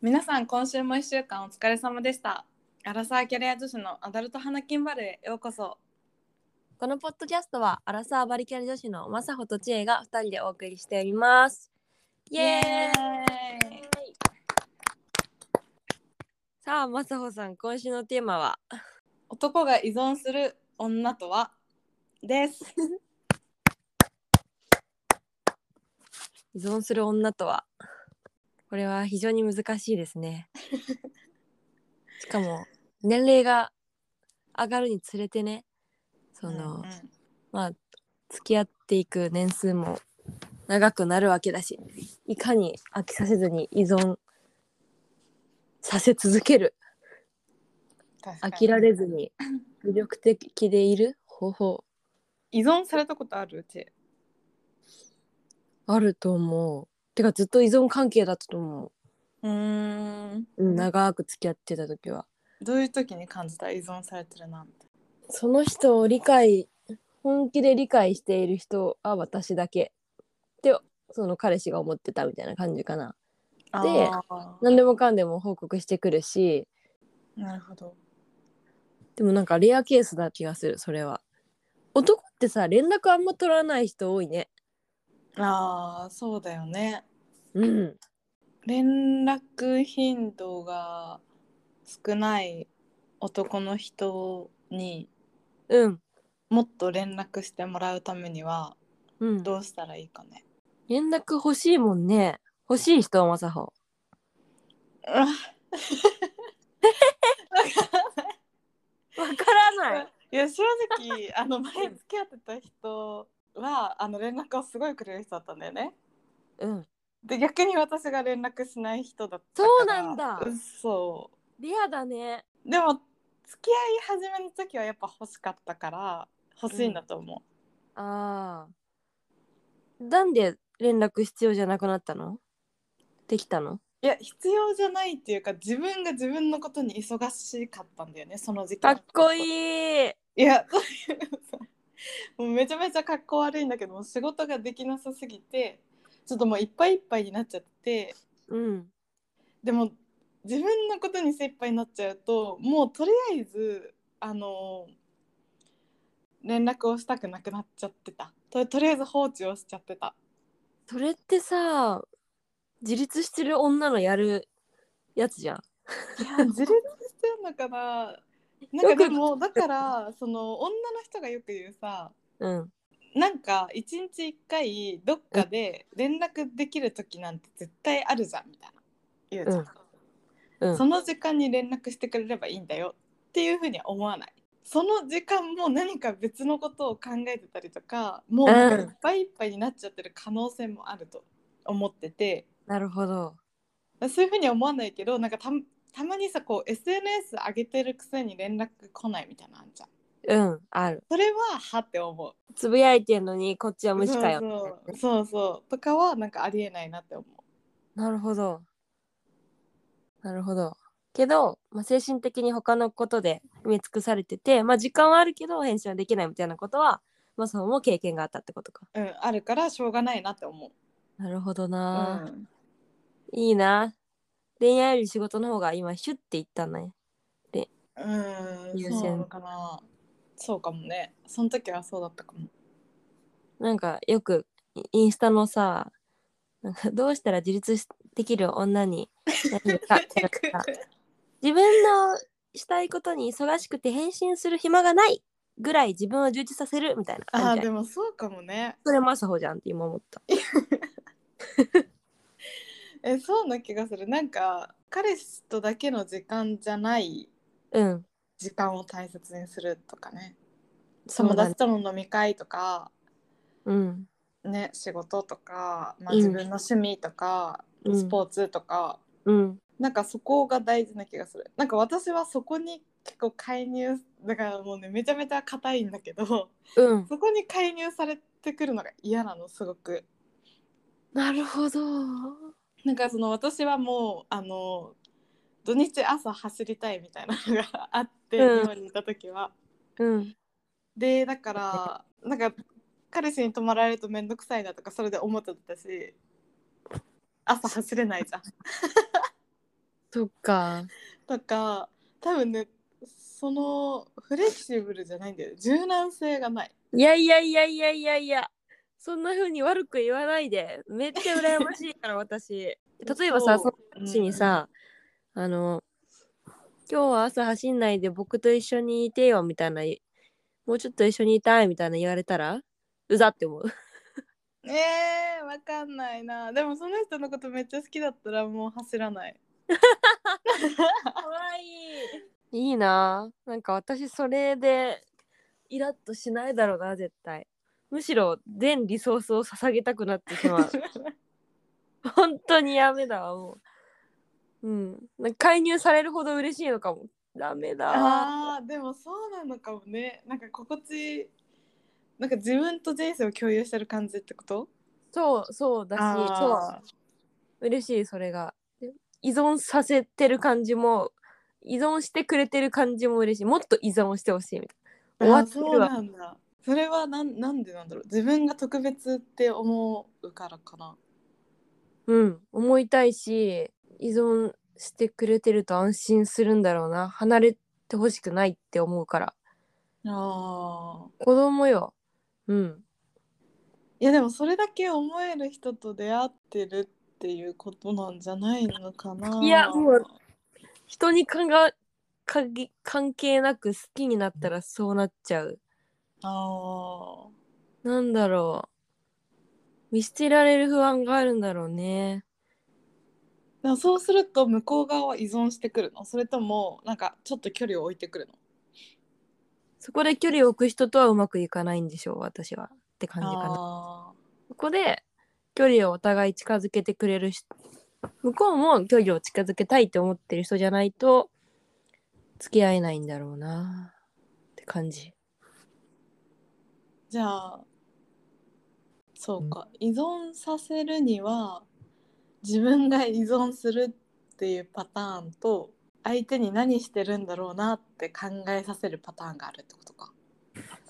皆さん今週も1週間お疲れ様でしたアラサーキャリア女子のアダルト花金バルへようこそこのポッドキャストはアラサーバリキャリ女子のまさほとちえが二人でお送りしております。イエーイさあまさほさん今週のテーマは男が依存する女とはです依存する女とはこれは非常に難しいですね。しかも年齢が上がるにつれてねその、うんうんまあ付き合っていく年数も長くなるわけだしいかに飽きさせずに依存させ続ける確か飽にきられずに魅力的でいる方法依存されたことあるうちあると思う。てかずっと依存関係だったと思うーんう、うん、長く付き合ってた時は。どういう時に感じた依存されてるなみたいその人を理解本気で理解している人は私だけってその彼氏が思ってたみたいな感じかな。なであ何でもかんでも報告してくるしーなるほどでもなんかレアケースな気がするそれは。男ってさ連絡あんま取らない人多いね。ああそうだよねうん。連絡頻度が少ない男の人にうん。もっと連絡してもらうためにはうん、どうしたらいいかね。連絡欲しいもんね。欲しい人まさほ。うわわからないや正直あの前付き合ってた人はあの連絡をすごいくれる人だったんだよね。 うん。で逆に私が連絡しない人だったからそうなんだうそレアだね。うでも付き合い始めの時はやっぱ欲しかったから欲しいんだと思う。ああ。なんで連絡必要じゃなくなったのできたのいや必要じゃないっていうか自分が自分のことに忙しかったんだよねその時期かっこいいいいやそういうもうめちゃめちゃかっこ悪いんだけども仕事ができなさすぎてちょっともういっぱいいっぱいになっちゃってうん。でも自分のことに精一杯になっちゃうともうとりあえずあの連絡をしたくなくなっちゃってたととりあえず放置をしちゃってたそれってさ、自立してる女のやるやつじゃん。いや自 立してるのかななんかよくでもだからその女の人がよく言うさうん。なんか1日1回どっかで連絡できる時なんて絶対あるじゃんみたいな言うじゃん、うんそ。の時間に連絡してくれればいいんだよっていうふうには思わないその時間も何か別のことを考えてたりとかもうなんかいっぱいいっぱいになっちゃってる可能性もあると思ってて、なるほど。そういうふうには思わないけどなんかたたまにさこう SNS 上げてるくせに連絡来ないみたいなのあんじゃんうん、ある。それははって思うつぶやいてんのにこっちは無視かよ。そうそうそうそうとかはなんかありえないなって思うなるほど。なるほど。けど、まあ、精神的に他のことで埋め尽くされてて、まあ、時間はあるけど返信はできないみたいなことは、まあ、そのも経験があったってことか。うんあるからしょうがないなって思うなるほどうな、んいいな。恋愛より仕事の方が今シュッていったね。うん優そ先うなのかなそうかもねその時はそうだったかもなんかよくイインスタのさ、なんかどうしたら自立しできる女になれるかみたい なさ自分のしたいことに忙しくて返信する暇がないぐらい自分を充実させるみたいなあ感ーじでもそうかもねそれマサホじゃんって今思った。えそうな気がするなんか彼氏とだけの時間じゃないうん。時間を大切にするとかねそう友だね達。との飲み会とかうん。ね仕事とか、まあ、うん自分の趣味とか、うんスポーツとか、うん。なんかそこが大事な気がするなんか私はそこに結構介入だからもうねめちゃめちゃ硬いんだけど うん。そこに介入されてくるのが嫌なのすごくなるほど。なんかその私はもうあの土日朝走りたいみたいなのがあって、うん日本にいた時はうん。でだからなんか彼氏に泊まられると面倒くさいなとかそれで思ってたし朝走れないじゃんそっか。とか多分ねそのフレキシブルじゃないんだよね柔軟性がないいやいやいやいやいやいや。そんな風に悪く言わないで。めっちゃ羨ましいから、私。例えば さ、そそうの話にさ、あの、今日は朝走んないで僕と一緒にいてよみたいな、もうちょっと一緒にいたいみたいな言われたら、うざって思う。えー、わかんないなでもその人のことめっちゃ好きだったらもう走らないかわ いい。いいなぁ。なんか私それでイラッとしないだろうな、絶対。むしろ全リソースを捧げたくなってし まう。本当にやめだわもううんなんか介入されるほど嬉しいのかもダメだわあーでもそうなのかもねなんか心地なんか自分と人生を共有してる感じってことそうそうだしあーそう嬉しいそれがで依存させてる感じも依存してくれてる感じも嬉しいもっと依存してほしいみたいな終わあーってそうるわなんだそれはなんなんでなんだろう自分が特別って思うからかなうん思いたいし依存してくれてると安心するんだろうな離れてほしくないって思うからあ子供ようんいやでもそれだけ思える人と出会ってるっていうことなんじゃないのかないやもう人にかんがかぎ関係なく好きになったらそうなっちゃう。あなんだろう。見捨てられる不安があるんだろうね。ーでもそうすると向こう側は依存してくるのそれともなんかちょっと距離を置いてくるのそこで距離を置く人とはうまくいかないんでしょう、私は。って感じかな。あそこで距離をお互い近づけてくれる人。向こうも距離を近づけたいって思ってる人じゃないと付き合えないんだろうな。って感じ。ーじゃあそうか依存させるには自分が依存するっていうパターンと相手に何してるんだろうなって考えさせるパターンがあるってことか。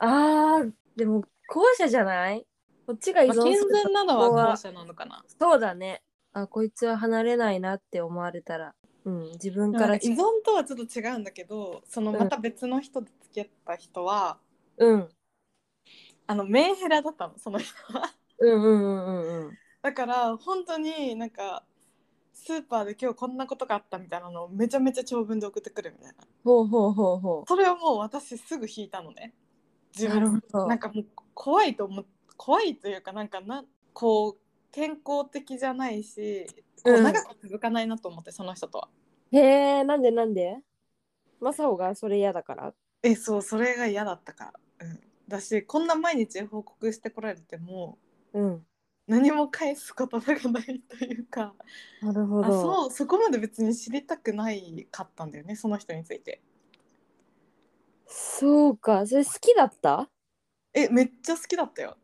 あー、でも後者じゃないこっちが依まあ、存健する全なのは後者なのかな。そうだね。あ、こいつは離れないなって思われたら、うん、自分なかんから依存とはちょっと違うんだけどそのうんまた別の人と付き合った人は、うん、あのメンヘラだったのその人はうんうんうんうんうん。だから本当になんかスーパーで今日こんなことがあったみたいなのをめちゃめちゃ長文で送ってくるみたいなほうほうほうほそれをもう私すぐ引いたのねう。自なる分ほどなん。かもう怖いと思っ怖いというかなんかなこう健康的じゃないしこううん長く続かないなと思って、その人とはへえ、なんでなんでマサオがそれ嫌だからえそうそれが嫌だったから、うん、だしこんな毎日報告してこられてもうん。何も返す言葉がないというかなるほあど。そうそこまで別に知りたくないかったんだよねその人についてそうか。それ好きだった好えめっちゃ好きだったよ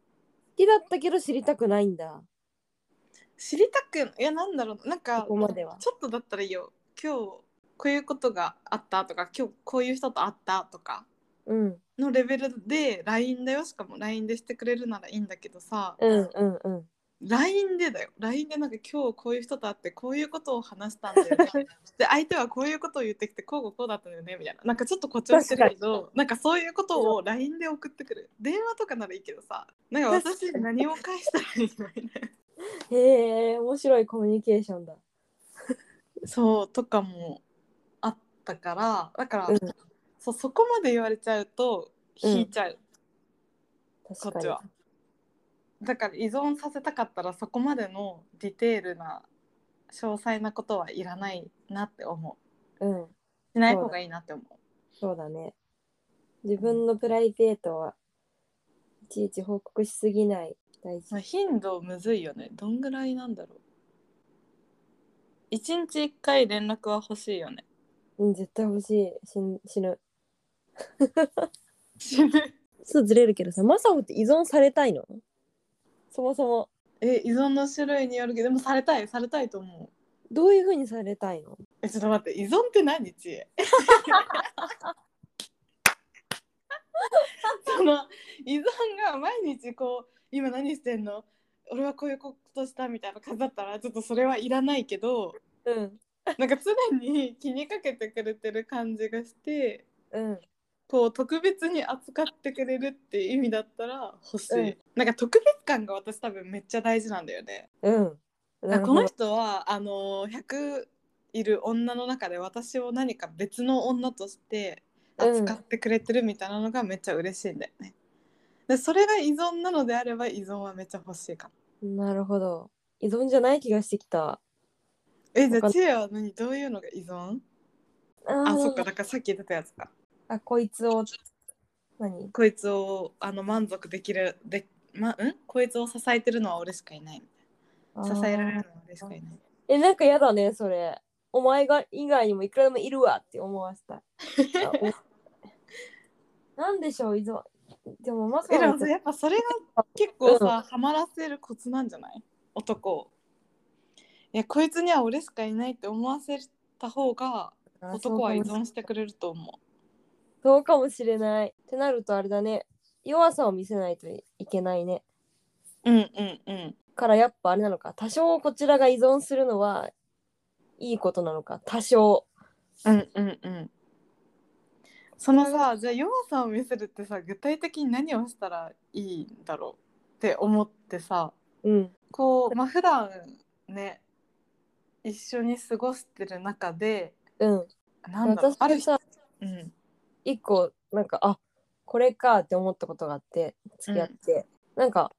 きだったけど知りたくないんだ。知りたくいやなんだろうなんかそこまではちょっとだったらいいよ今日こういうことがあったとか今日こういう人と会ったとかうん。のレベルで LINE だよしかも LINE でしてくれるならいいんだけどさ、うんうんうん。 LINE でだよ LINE でなんか今日こういう人と会ってこういうことを話したんだよ ねで相手はこういうことを言ってきてこうこうこうだったんだよねみたいななんかちょっと誇張してるけどなんかそういうことを LINE で送ってくる電話とかならいいけどさなんか私確かに何も返したらいいの にねへえ、面白いコミュニケーションだ。そうとかもあったからだから、うんそうそこまで言われちゃうと引いちゃう、確こかっちに。は。だから依存させたかったらそこまでのディテールな詳細なことはいらないなって思うん。う。しない方がいいなって思う。そうだね。自分のプライベートはいちいち報告しすぎない大事まあ、。頻度むずいよね。どんぐらいなんだろう。一日一回連絡は欲しいよね。うん、絶対欲しい。死ん死ぬ。死ぬそうずれるけどさ、マサオって依存されたいのそもそも え、依存の種類によるけど、でもされたい、されたいと思う。どういうふうにされたいのえ、ちょっと待って、依存って何ち え。その依存が毎日こう今何してんの俺はこういうことしたみたいな感じだったらちょっとそれはいらないけどうん。なんか常に気にかけてくれてる感じがしてうんこう特別に扱ってくれるって意味だったら欲しい、うんなんか特別感が私多分めっちゃ大事なんだよねうんなあるこほどの人はあの100いる女の中で私を何か別の女として扱ってくれてるみたいなのがめっちゃ嬉しいんだよね。でそれが依存なのであれば依存はめっちゃ欲しいかも。なるほど依存じゃない気がしてきたえじゃわかあん知恵は何どういうのが依存ああーそっかだからさっき言ってたやつか。あこいつを何こいつをあの満足できるで、ま、んこいつを支えてるのは俺しかいないあ支ーえられるのは俺しかいない。えなんかやだねそれお前が以外にもいくらでもいるわって思わせ たいあおなんでしょう依存でもまさえでにもさやっぱそれが結構さ、ハマらせるコツなんじゃない男をいやこいつには俺しかいないって思わせた方があそうか男もはし依存してくれると思そうかもしれないってなるとあれだね弱さを見せないといけないねううんうんうんからやっぱあれなのか多少こちらが依存するのはいいことなのか多少うんうんうんそのさじゃあ弱さを見せるってさ具体的に何をしたらいいんだろうって思ってさうんこうまあ普段ね一緒に過ごしてる中でうんなんだろう私あるさうん一個なんかあこれかって思ったことがあって付き合って、なんか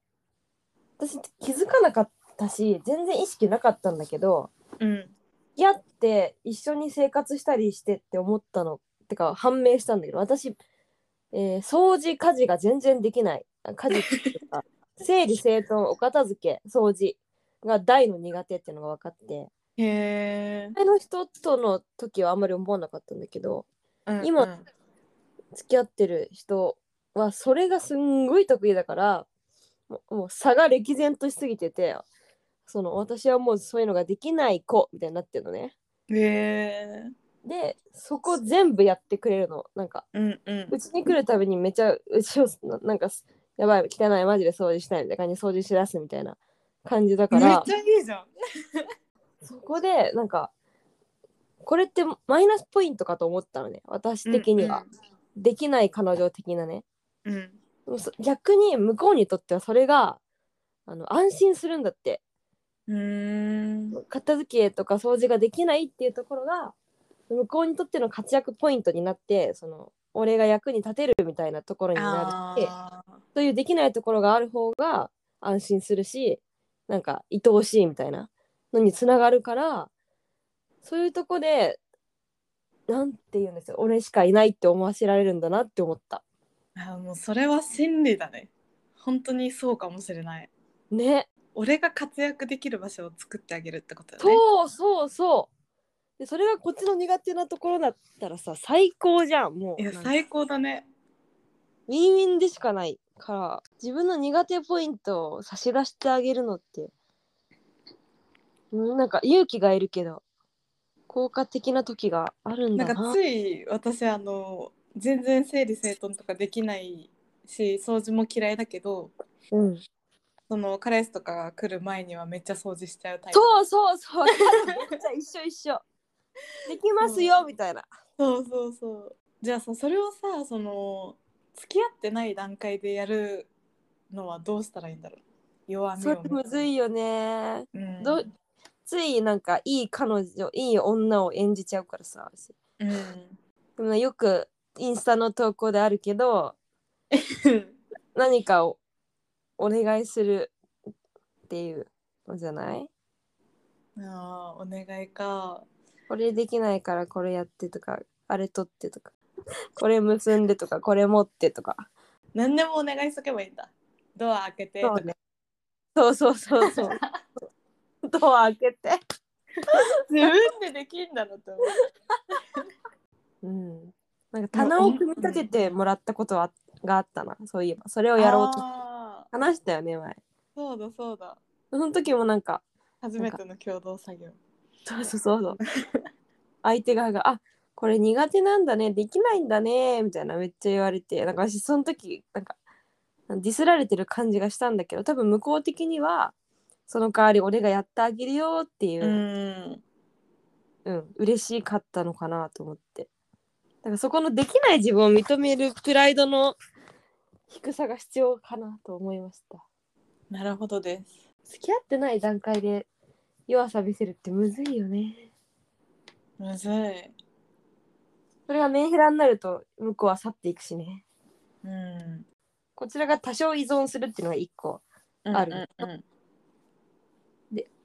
私気づかなかったし全然意識なかったんだけどうん付き合って一緒に生活したりしてって思ったのってか判明したんだけど私、えー掃除家事が全然できないあ家事ってい うか整理整頓お片付け掃除が大の苦手っていうのが分かってへえ前の人との時はあんまり思わなかったんだけどうん今うん付き合ってる人はそれがすんごい得意だからもうもう差が歴然としすぎててその私はもうそういうのができない子みたいになってるのねへえでそこ全部やってくれるのなんかうんうんうちに来るたびにめちゃうちをななんかすやばい汚いマジで掃除したいみたいな感じで掃除しだすみたいな感じだかめっらちゃいいじゃんそこでなんかこれってマイナスポイントかと思ったのね私的には、できない彼女的なねうんうんでもそ逆に向こうにとってはそれがあの安心するんだってうん片付けとか掃除ができないっていうところが向こうにとっての活躍ポイントになってその俺が役に立てるみたいなところになあるってそういうできないところがある方が安心するしなんか愛おしいみたいなのにつながるからそういうとこでなんて言うんですよ俺しかいないって思わせられるんだなって思った。ーあーもうそれは真理だね本当にそうかもしれないね俺が活躍できる場所を作ってあげるってことだねそうそうそうでそれがこっちの苦手なところだったらさ最高じゃんもういやなんか最高だねウィンウィンでしかないから自分の苦手ポイントを差し出してあげるのってうんなんか勇気がいるけど効果的な時があるんなだんなかつい私あの全然整理整頓とかできないし掃除も嫌いだけどうん、その彼氏とかが来る前にはめっちゃ掃除しちゃうタイプそうそうそう わかるめっちゃ一緒一緒できますよ、うんみたいなそうそうそうじゃあさそれをさその付き合ってない段階でやるのはどうしたらいいんだろう弱みそれを見むずいよねうんどついなんかいい彼女いい女を演じちゃうからさ私うんでもねよくインスタの投稿であるけど何かをお願いするっていうのじゃないあーお願いかこれできないからこれやってとかあれ取ってとかこれ結んでとかこれ持ってとか何でもお願いしとけばいいんだドア開けてとそかうねそうそうそうそう ドア開けて自分でできんだろうと思ううんなんか棚を組み立ててもらったことはがあったなそういえばそれをやろうとあー話したよね前そうだそうだその時もなんか初めての共同作業そうそうそうそう。相手側が「あこれ苦手なんだねできないんだね」みたいなめっちゃ言われてなんか私その時なんかディスられてる感じがしたんだけど多分向こう的にはその代わり俺がやってあげるよっていうう、んうん、嬉しかったのかなと思って。だからそこのできない自分を認めるプライドの低さが必要かなと思いました。なるほどです。付き合ってない段階で弱さ見せるってむずいよね。むずい。それがメンヘラになると向こうは去っていくしね。うん。こちらが多少依存するっていうのが一個。あるうんうん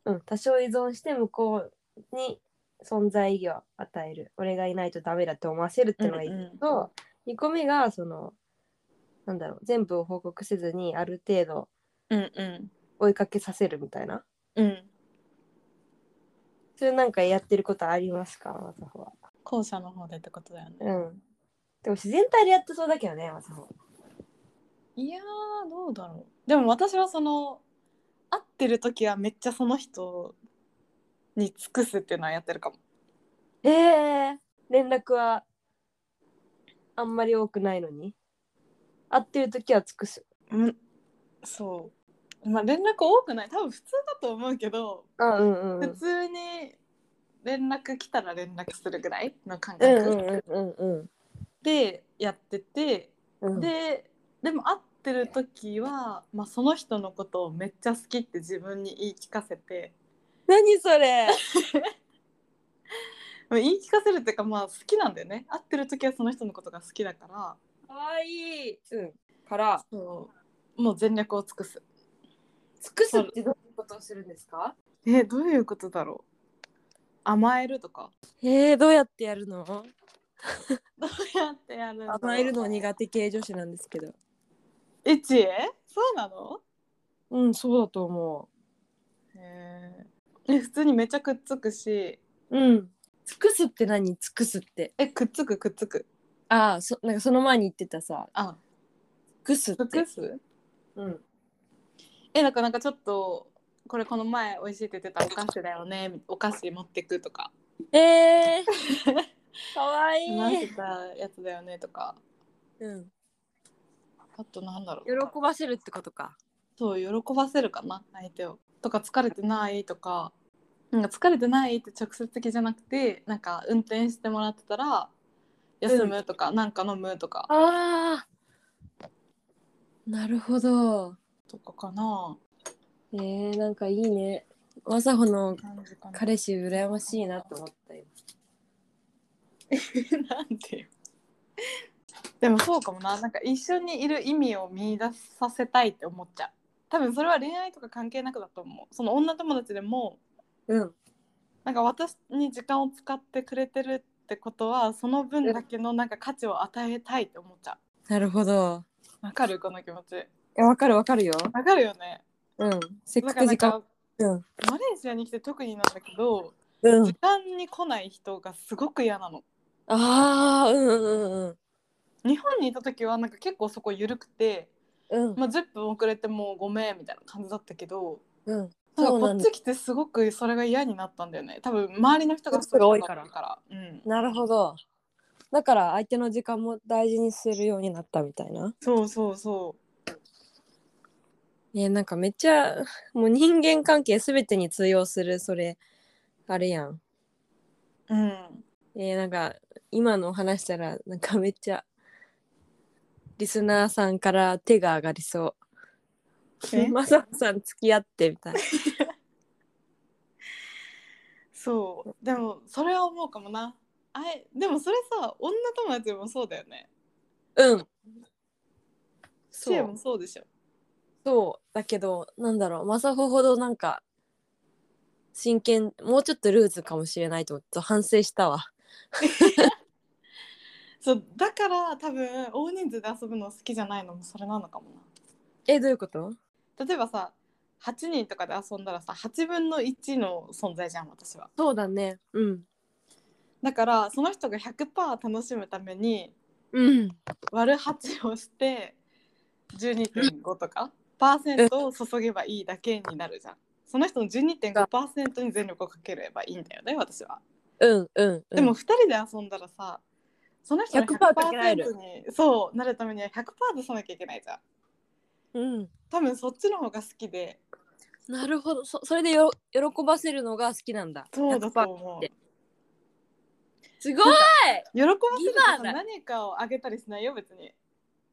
うん、多少依存して向こうに存在意義を与える。俺がいないとダメだって思わせるっていうのが一個。うんと2個目がそのなんだろう全部を報告せずにある程度うんうん追いかけさせるみたいなうん。それなんかやってることありますかマサホは後者の方でってことだよね。うんでも自然体でやってそうだけどねマサホいやーどうだろう。でも私はその会ってる時はめっちゃその人に尽くすっていうのはやってるかも。ええ連絡はあんまり多くないのに会ってる時は尽くすうん。そう。まあ連絡多くない。多分普通だと思うけど、うんうんうんう普ん通に連絡来たら連絡するぐらいの感う覚、んうんうんでやってて、うんででも会ってる時は、まあ、その人のことをめっちゃ好きって自分に言い聞かせて何それまあ言い聞かせるっていうかまあ好きなんだよね会ってる時はその人のことが好きだからかわいいうんからそうもう全力を尽くす尽くすってどういうことをするんですかえどういうことだろう甘えるとかえー、どうやってやるのどうやってやるんだろう甘えるの苦手系女子なんですけどえちえそうなのうんそうだと思へーえ普通にめちゃくっつくしううん尽くすって何尽くすってえくっつくくっつくああそなんかその前に言ってたさあ尽くすって尽くすうんえだからなんかちょっとこれこの前美味しいって言ってたお菓子だよねお菓子持ってくとか えー、かわい話しい、てたやつだよねとかうん、あとなんだろう喜ばせるってことかそう喜ばせるかな相手をとか疲れてないとかなんか疲れてないって直接的じゃなくてなんか運転してもらってたら休むとか、なんか飲むとかあーなるほどとかかなえー、なんかいいねわさほの感じかな彼氏羨ましいなと思ったよ なんていうでもそうかもななんか一緒にいる意味を見出させたいって思っちゃう多分それは恋愛とか関係なくだと思うその女友達でもうんなんか私に時間を使ってくれてるってことはその分だけのなんか価値を与えたいって思っちゃなるほどうわかるこの気持ちえわかるわかるよわかるよねうんせっだかからなくん時間かうんマレーシアに来て特になんだけどうん時間に来ない人がすごく嫌なのああ、うんうんうん日本にいた時はなんか結構そこ緩くて、うん。まあ、10分遅れてもうごめんみたいな感じだったけどうん。なんそうかなこんっだち来てすごくそれが嫌になったんだよね多分周りの人が人が多いからそうだからうん、なるほど。だから相手の時間も大事にするようになったみたいな。そうそうそえなんかめっちゃもう人間関係すべてに通用するそれあれやん。ううんえなんか今のお話したらなんかめっちゃリスナーさんから手が上がりそうえ。マサコさん付き合ってみたいな。そうでもそれは思うかもなあえでもそれさ女友達でもそうだよねうん。チエもそうでしょそうだけどなんだろうマサホほどなんか真剣もうちょっとルーズかもしれないと思って反省したわそうだから多分大人数で遊ぶの好きじゃないのもそれなのかもえどういうことな例えばさ8人とかで遊んだらさ8分の1の存在じゃん私はそうだねうんだからその人が100%楽しむためにうん割る8をして12.5とかパーセントを注げばいいだけになるじゃんその人の12.5%に全力をかければいいんだよね私はうんうんでも2人で遊んだらさその人の100% 100%にそうなるためには100%出さなきゃいけないじゃんうん多分そっちの方が好きでなるほどそそれでよ喜ばせるのが好きなんだそうだと100%思うですご喜いばせるとギさバーだ何かをあげたりしないよ別に、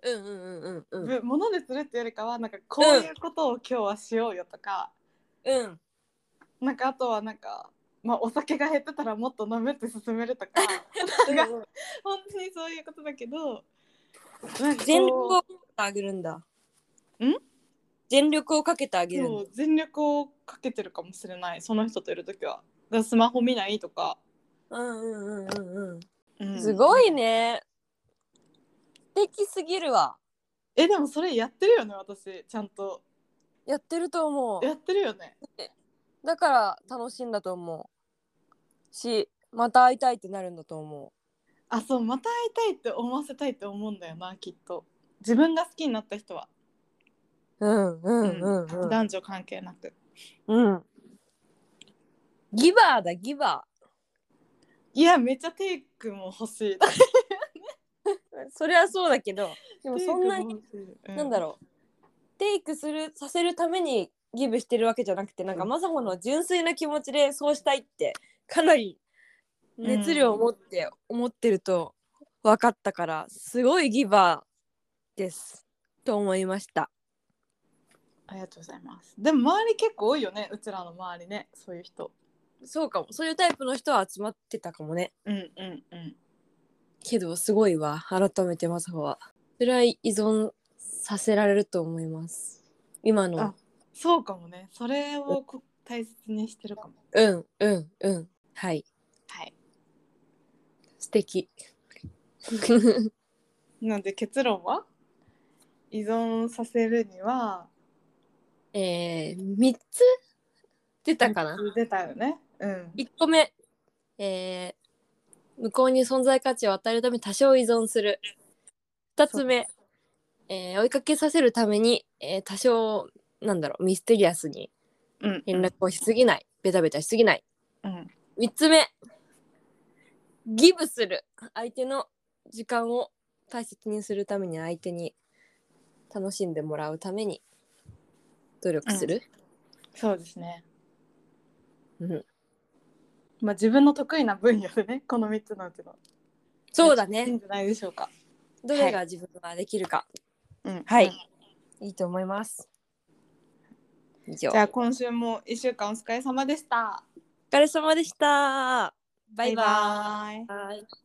うんうんうんうんうんぶ物でするってよりかはなんかこういうことを今日はしようよとか、うんなんかあとはなんか、まあ、お酒が減ってたらもっと飲むって勧めるとか本当にそういうことだけどなんかこう全力をかけてあげるんだん全力をかけてあげるんそだう全力をかけてるかもしれないその人といる時は。だからスマホ見ないとか、うんうんうんうんううんんすごいね素敵すぎるわえでもそれやってるよね私ちゃんとやってると思うやってるよねだから楽しいんだと思うしまた会いたいってなるんだと思あそうまた会いたいって思わせたいって思うんだよなきっと自分が好きになった人は、ううんうんうんうん男女関係なくうん。ギバーだ、ギバいやめっちゃテイクも欲しいー。それはそうだけど、 でもそんなに、なんだろろう。テイクする、させるためにギブしてるわけじゃなくて、なんか、まさほの純粋な気持ちでそうしたいって、かなり熱量を持って、思ってると分かったから、すごいギバーです。と思いました。ありがとうございますでも周り結構多いよねうちらの周りねそういう人そうかも。そういうタイプの人は集まってたかもね。うんうんうんけど、すごいわ。改めてまさほは。それは依存させられると思います。今のあそうかもねそれをこ大切にしてるかもうんうんうんはいはい素敵なんで結論は依存させるにはえー、3つ出たかな出たよねうん1個目えー、向こうに存在価値を与えるために多少依存する2つ目、えー追いかけさせるために、えー多少なんだろうミステリアスにうん連絡をしすぎないベタベタしすぎないうん3つ目ギブする相手の時間を大切にするために相手に楽しんでもらうために努力する、そうですねうんまあ自分の得意な分野でね この3つのうちのそうだいいねんじゃないでしょうかどれが自分ができるか、うんはいい、いと思います以上おじゃあ今週も1週間お疲れ様でした疲れ様でしたバイバイイ